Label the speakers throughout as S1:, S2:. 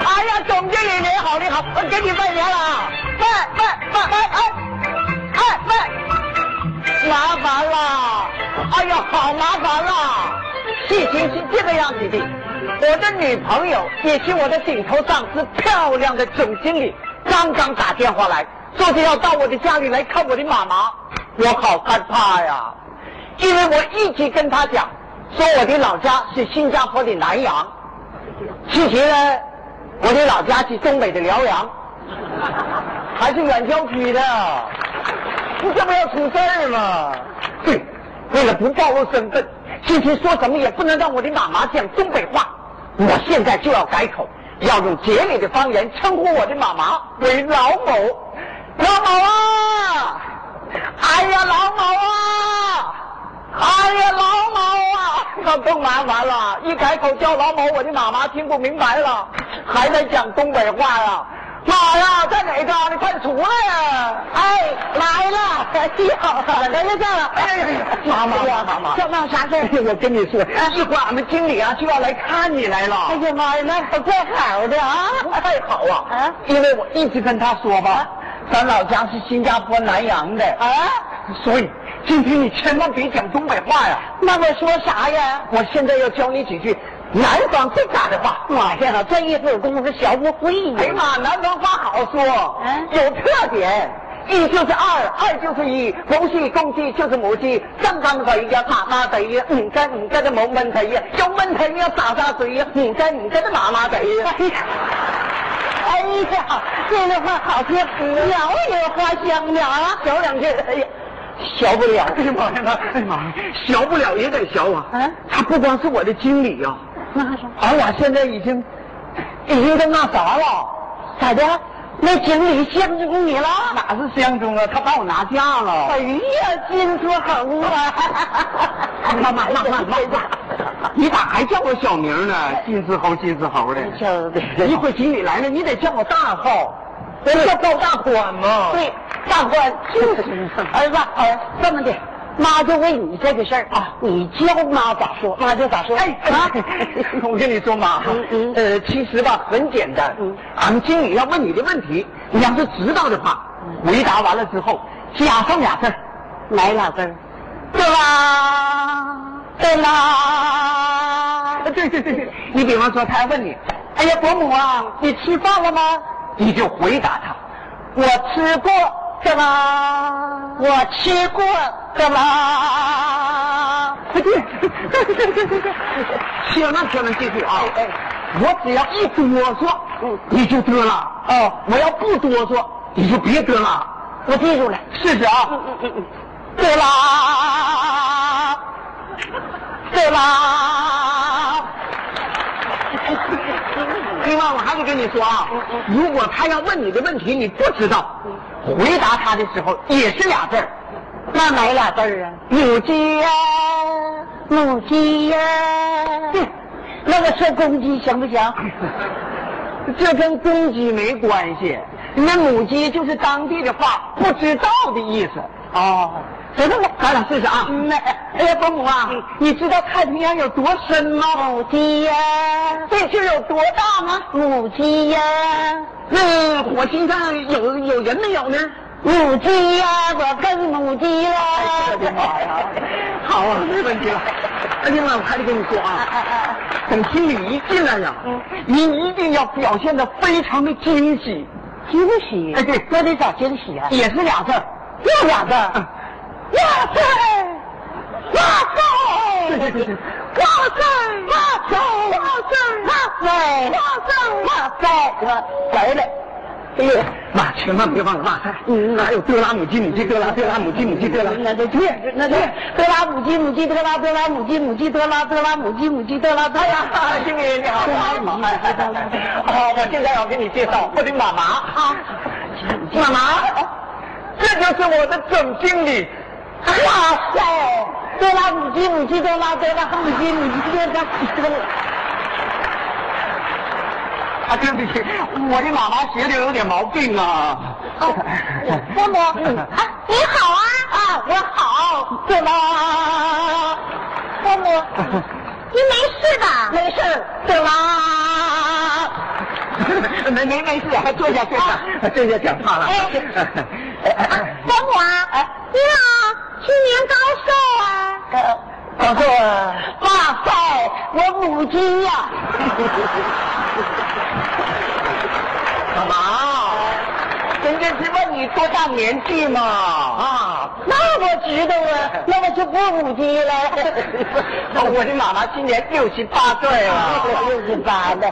S1: 们经理您好，您好，我给你拜年了啊！拜拜拜拜哎哎拜，麻烦了，哎呀，好麻烦了！事情是这个样子的，我的女朋友也是我的顶头上司，漂亮的总经理，刚刚打电话来，说是要到我的家里来看我的妈妈，我好害怕呀，因为我一直跟她讲，说我的老家是新加坡的南洋。其实呢，我的老家是东北的辽阳，还是远郊区的，你这不要出事儿吗？对，为了不暴露身份，其实说什么也不能让我的妈妈讲东北话，我现在就要改口，要用杰里的方言称呼我的妈妈为老某，老某啊！哎呀，老某啊！哎呀，老毛啊，那更麻烦了！一改口叫老毛，我的妈妈听不明白了，还在讲东北话呀、妈呀，在哪嘎达？快出来呀！哎，来了！哎呀，来了，上了！哎呀，妈妈，妈妈，小妈，啥事儿？哎我跟你说，一会儿俺们经理啊就要来看你来了。哎呀妈呀，那可怪好的啊！太好啊！啊，因为我一直跟他说吧，咱老家是新加坡南洋的啊，所以今天你千万别讲东北话呀。那我说啥呀？我现在要教你几句南方最嘎的话。妈呀，这一会儿功夫学不会啊呀！哎呀妈，南方话好说，
S2: 嗯
S1: 有特点。一就是二，二就是一，不是公鸡就是母鸡，上当肥呀，打妈贼呀，嗯五根五根的毛闷贼呀，油闷贼呀，打大嘴呀，嗯五根五根的妈妈贼呀。哎呀，哎呀，这个话好听，聊也花香的啊，小两句，哎呀。学不了，哎呀妈呀！哎呀妈呀，学不了也得学啊！
S2: 嗯
S1: 他不光是我的经理啊呀、
S2: 那啥，
S1: 俺俩哎现在已经已经都那啥了，咋的？那经理相中你了？哪是相中啊？他把我拿下了。哎呀，金丝猴啊！妈 妈妈妈妈妈，你咋还叫我小名呢？金丝猴，金丝猴的。一哎会儿啊经理来了，你得叫我大号，我叫高大宽嘛。
S2: 对，大官就是儿子，儿这么的，妈就问你这个事儿
S1: 啊
S2: 你教妈咋说，妈就咋说。
S1: 哎啊！我跟你说嘛，
S2: 嗯嗯
S1: 呃，其实吧很简单，
S2: 嗯
S1: 俺们经理要问你的问题，你要是知道的话，回答完了之后加上俩字儿，
S2: 来老根儿，
S1: 对啦，对啦。呃对对对对，你比方说他还问你，哎呀，伯母啊，你吃饭了吗？你就回答他，我吃过，对啦，我吃过，对啦。 对对对对对对，千万千万记住啊！
S2: 哎哎
S1: 我只要一哆嗦，
S2: 嗯
S1: 你就得了。哦，我要不哆嗦，你就别得了。
S2: 我记住了。
S1: 试试啊。
S2: 嗯嗯嗯嗯，
S1: 对啦，对啦。另外，我还得跟你说啊，如果他要问你的问题你不知道，回答他的时候也是俩字儿，
S2: 那哪俩字儿啊？
S1: 母鸡呀、
S2: 母鸡呀，
S1: 哼
S2: 那我说公鸡行不行？
S1: 这跟公鸡没关系，那母鸡就是当地的话，不知道的意思。
S2: 哦，
S1: 知道了，咱俩试试啊。
S2: 嗯
S1: 哎呀，伯母啊，你知道太平洋有多深吗？
S2: 母鸡呀，
S1: 这是有多大吗？
S2: 母鸡呀，
S1: 那火星上有有人没有呢？
S2: 母鸡呀，我跟母鸡
S1: 我的哎妈
S2: 啦。
S1: 呀！好啊，没问题了。哎另外，我还得跟你说
S2: 啊啊
S1: 啊，
S2: 啊！
S1: 等经理一进来呀、
S2: 嗯
S1: 你一定要表现的非常的惊喜，
S2: 惊喜，
S1: 哎对
S2: 我得找惊喜啊！
S1: 也是俩字儿，
S2: 又俩字儿
S1: 嗯
S2: 哇塞，哇塞，
S1: 对对对对
S2: 哇塞，哇塞，哇塞，哇塞，哇塞，哇塞，我儿嘞，哎呦，
S1: 妈，千万别忘了哇塞，
S2: 嗯
S1: 还有德拉母鸡、母鸡德拉、德拉母鸡、母鸡德拉。
S2: 那就对，那对，德拉母鸡，母鸡德拉，德拉母鸡，母鸡德拉，德拉母鸡，母鸡德拉，德拉。
S1: 啊，经理你好，好，我现在要给你介绍我的妈妈啊，妈妈，这就是我的总经理。
S2: 哇塞，德拉母鸡，母鸡德拉，德拉母鸡，母鸡德 拉，德拉。
S1: 啊，对不起，我的妈妈学的有点毛病啊。
S2: 哦，伯母，啊，你好啊！啊，我好，对啦。伯母，您没事吧？
S1: 没事，对啦。 没没没事，坐下坐
S2: 啊
S1: 下，这就讲话了。 哎，
S2: 伯母啊，您啊，去年高寿啊？
S1: 高高寿啊！
S2: 哇塞，我母鸡呀、
S1: 干嘛？人家是问你多大年纪嘛？啊，
S2: 那我知道 啊，那我就不母鸡了。
S1: 我的妈妈今年六十八岁了。
S2: 六十八的，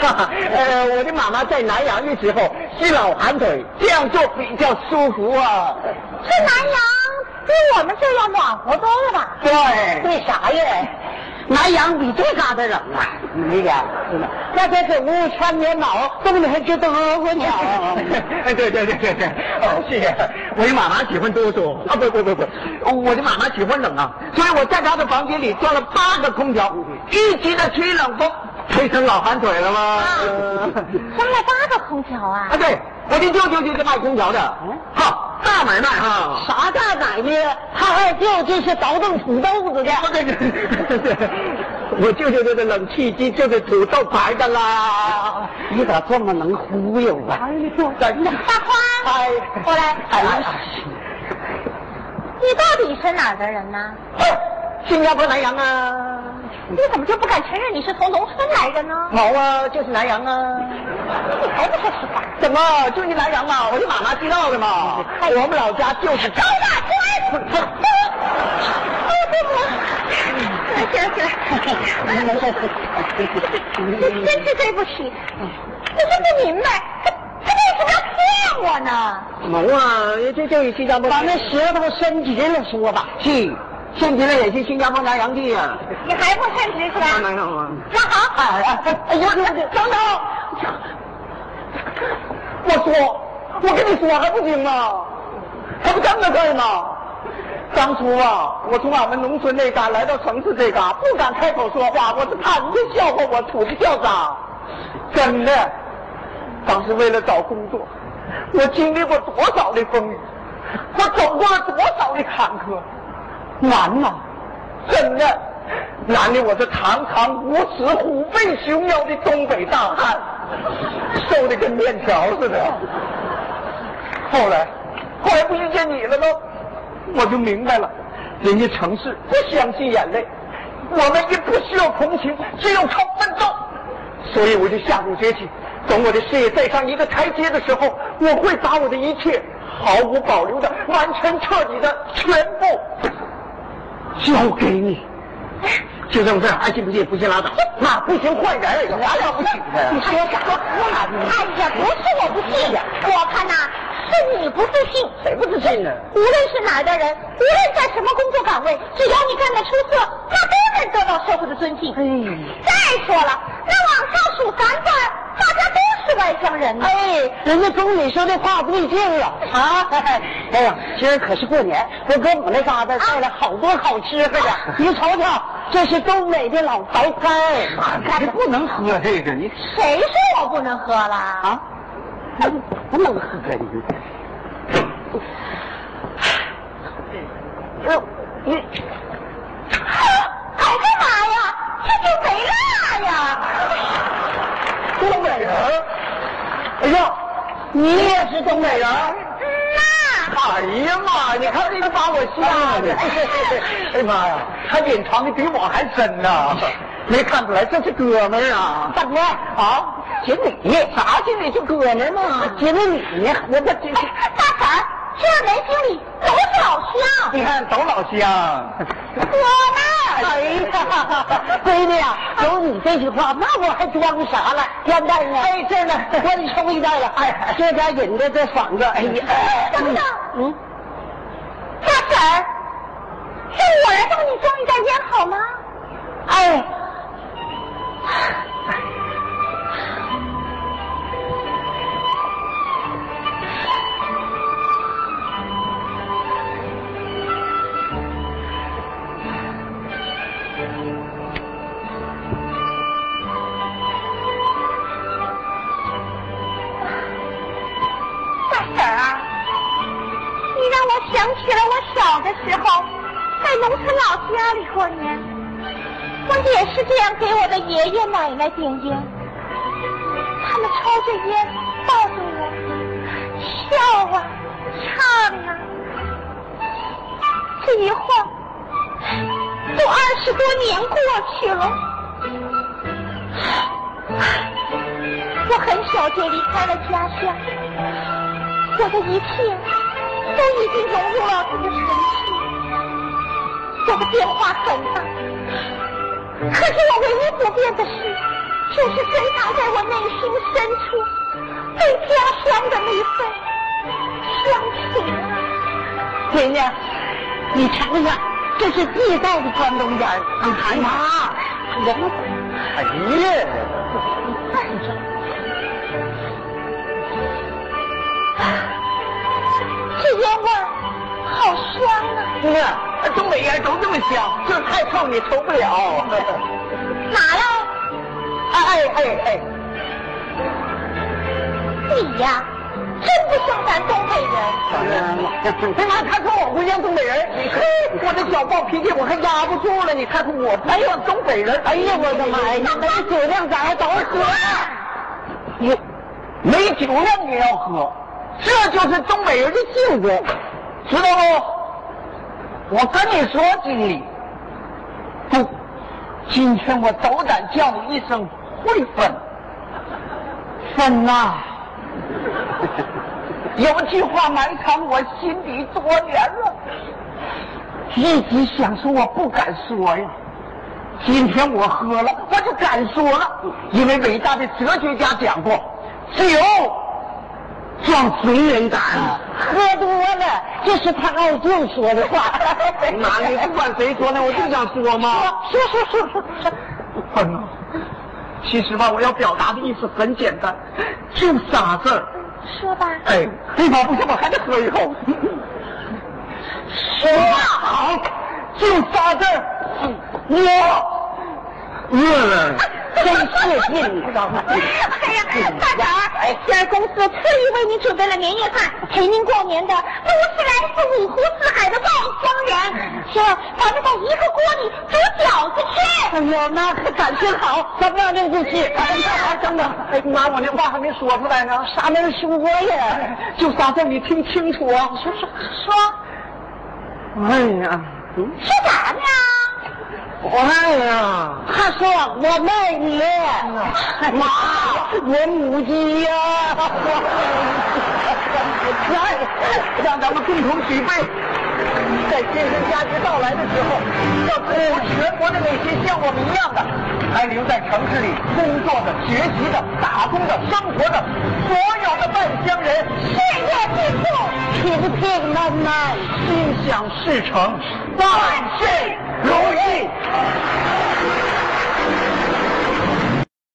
S1: 呃，我的妈妈在南阳的时候是老寒腿，这样做比较舒服啊。
S2: 这南阳比我们这要暖和多了吧？
S1: 对，
S2: 为啥呀？南阳比这嘎达冷啊！
S1: 你俩
S2: 那天搁屋穿棉袄，冻得还直哆嗦 呢。
S1: 哎，对对对对对，哦，谢谢。我的妈妈喜欢哆嗦啊，不不不不，我的妈妈喜欢冷啊，所以我在她的房间里装了八个空调，一级的吹冷风，吹成老寒腿了吗？
S2: 装了八个空调啊
S1: 啊，！对，我的舅舅就是卖空调的，好大买卖哈。
S2: 啥大买卖呀？他二舅这是倒腾土豆子的。
S1: 我跟你，我舅舅这个冷气机就是土豆牌的啦。你咋这么能忽悠啊？真的。
S2: 大花，
S1: 哎，
S2: 过来
S1: 哎哎
S2: 你到底是哪儿的人呢？
S1: 哎，新加坡南洋啊，
S2: 你怎么就不敢承认你是从农村来的呢？
S1: 毛啊，就是南洋啊。
S2: 你
S1: 哎
S2: 还不说实话？
S1: 怎么就是南洋嘛？我的妈妈知道的嘛。哎我们老家就是
S2: 高大官！行了行了，真是对不起，我就不明白，他他为什么要骗我呢？
S1: 毛啊，这就是新加坡。
S2: 把那舌头伸直了说吧，
S1: 去，现在也是新加坡南洋地呀。
S2: 你还不称职 是吧？
S1: 有啊。
S2: 那好，
S1: 哎哎哎呦，等等，我说，我跟你说还不行吗？还不这么事儿吗？当初啊，我从俺们农村那嘎来到城市这嘎，不敢开口说话，我是怕人家笑话我土的掉渣。真的，当时为了找工作，我经历过多少的风雨，我走过了多少的坎坷，难呐、真的，难的我是堂堂五尺虎背熊腰的东北大汉，瘦的跟面条似的。后来，后来不遇见你了吗？我就明白了，人家城市不相信眼泪，我们也不需要同情，只有靠奋斗。所以我就下定决心，等我的事业再上一个台阶的时候，我会把我的一切毫无保留的、完全彻底的全部交给你。就这么事儿，爱信不信，不信拉倒。那不行，换人，有啥了不起的？
S2: 你说啥话呢？哎呀，不是我不信，我看呐、是你不自信。
S1: 谁不自信呢？
S2: 无论是哪儿的人，无论在什么工作岗位，只要你干得出色，那都能得到社会的尊敬。再说了，那往上数三段，大家都是外乡人呢。
S1: 哎，人家总理说这话不对劲了啊！哎呀，今儿可是过年，我给我们那嘎达带了好多好吃喝的，你瞅瞅，这是东北的老糟 干。还啊不能喝这个，你
S2: 谁说我不能喝了？啊，
S1: 不能喝你。哎呦，你
S2: 哎呀妈呀，这就贼辣呀！
S1: 东北人？哎呀，你也是东北人？
S2: 嗯那
S1: 哎呀妈！你看这个把我吓的！ 哎呀妈呀，他隐藏的比我还深呐、 没看出来这是哥们儿啊！大哥啊，经理啥经理是哥们儿嘛？经理呢？我这这这
S2: 大婶儿，这没经理都是老乡。
S1: 你看都老乡。
S2: 我呢？
S1: 哎呀，闺女啊，有你这句话，那我还装啥了？烟袋呢？哎，这呢，我给你抽一袋了。哎，这家引的这嗓子，哎呀，
S2: 等等
S1: 嗯，
S2: 大婶儿，是我来帮你装一袋烟好吗？
S1: 哎，
S2: 大婶儿啊，你让我想起了我小的时候在农村老家里过年，我也是这样给我的爷爷奶奶点烟。慢的抽着烟，抱着我，跳啊，唱啊。这一晃，都二十多年过去了。我很小就离开了家乡，我的一切都已经融入了这个城市。我的变化很大，可是我唯一不变的是，就是珍藏在我内心深处对家乡的那份乡情啊。
S1: 闺女，哎你尝尝，这是地道的关东烟儿，啊你尝尝。哎呀，
S2: 哎这烟味儿好香啊！
S1: 姑娘，东北烟儿都这么香，就是太臭你抽不了。
S2: 哪了？
S1: 哎哎哎
S2: 你呀，真不像咱东北人。
S1: 哎！哎妈，他说我不像东北人，嘿，我这小暴脾气我还压不住了，你看看我不像东北人，啊哎呀，我的妈呀，那这酒量咋还倒喝你没酒量也要喝，这就是东北人的性格，知道不？我跟你说，经理，不，今天我斗胆叫你一声会分，分呐、有句话埋藏我心底多年了，一直想说我不敢说呀。今天我喝了，我就敢说了，因为伟大的哲学家讲过，酒壮怂人胆，喝多了，这是他二舅说的 话。妈，你不管谁说呢，我就想说嘛。说说说说说，笨啊！其实吧，我要表达的意思很简单，就仨字儿。
S2: 说吧，
S1: 哎，对吧？不行，我还得喝一口。说好，就仨字儿，我饿了，真是的，你知道吗？
S2: 哎呀，大婶儿，今儿公司特意为您准备了年夜饭，陪您过年的都是来自五湖四海的外乡人，希望咱们在一个锅里煮饺子吃。
S1: 哎呦，那可感情好，咱们俩真不去。哎呀，等等，哎妈，我那话还没说出来呢，啥没说呀？就仨字儿，你听清楚啊！说说说。哎呀，嗯。
S2: 吃啥呢？
S1: 哎呀，他说我卖你，妈，我母鸡呀、来，让咱们共同举杯，在今生佳节到来的时候，要祝福全国的那些像我们一样的，还留在城市里工作的、学习的、打工的、生活的所有的外乡人，事业进步，匹不匹慢慢，心想事成，万事。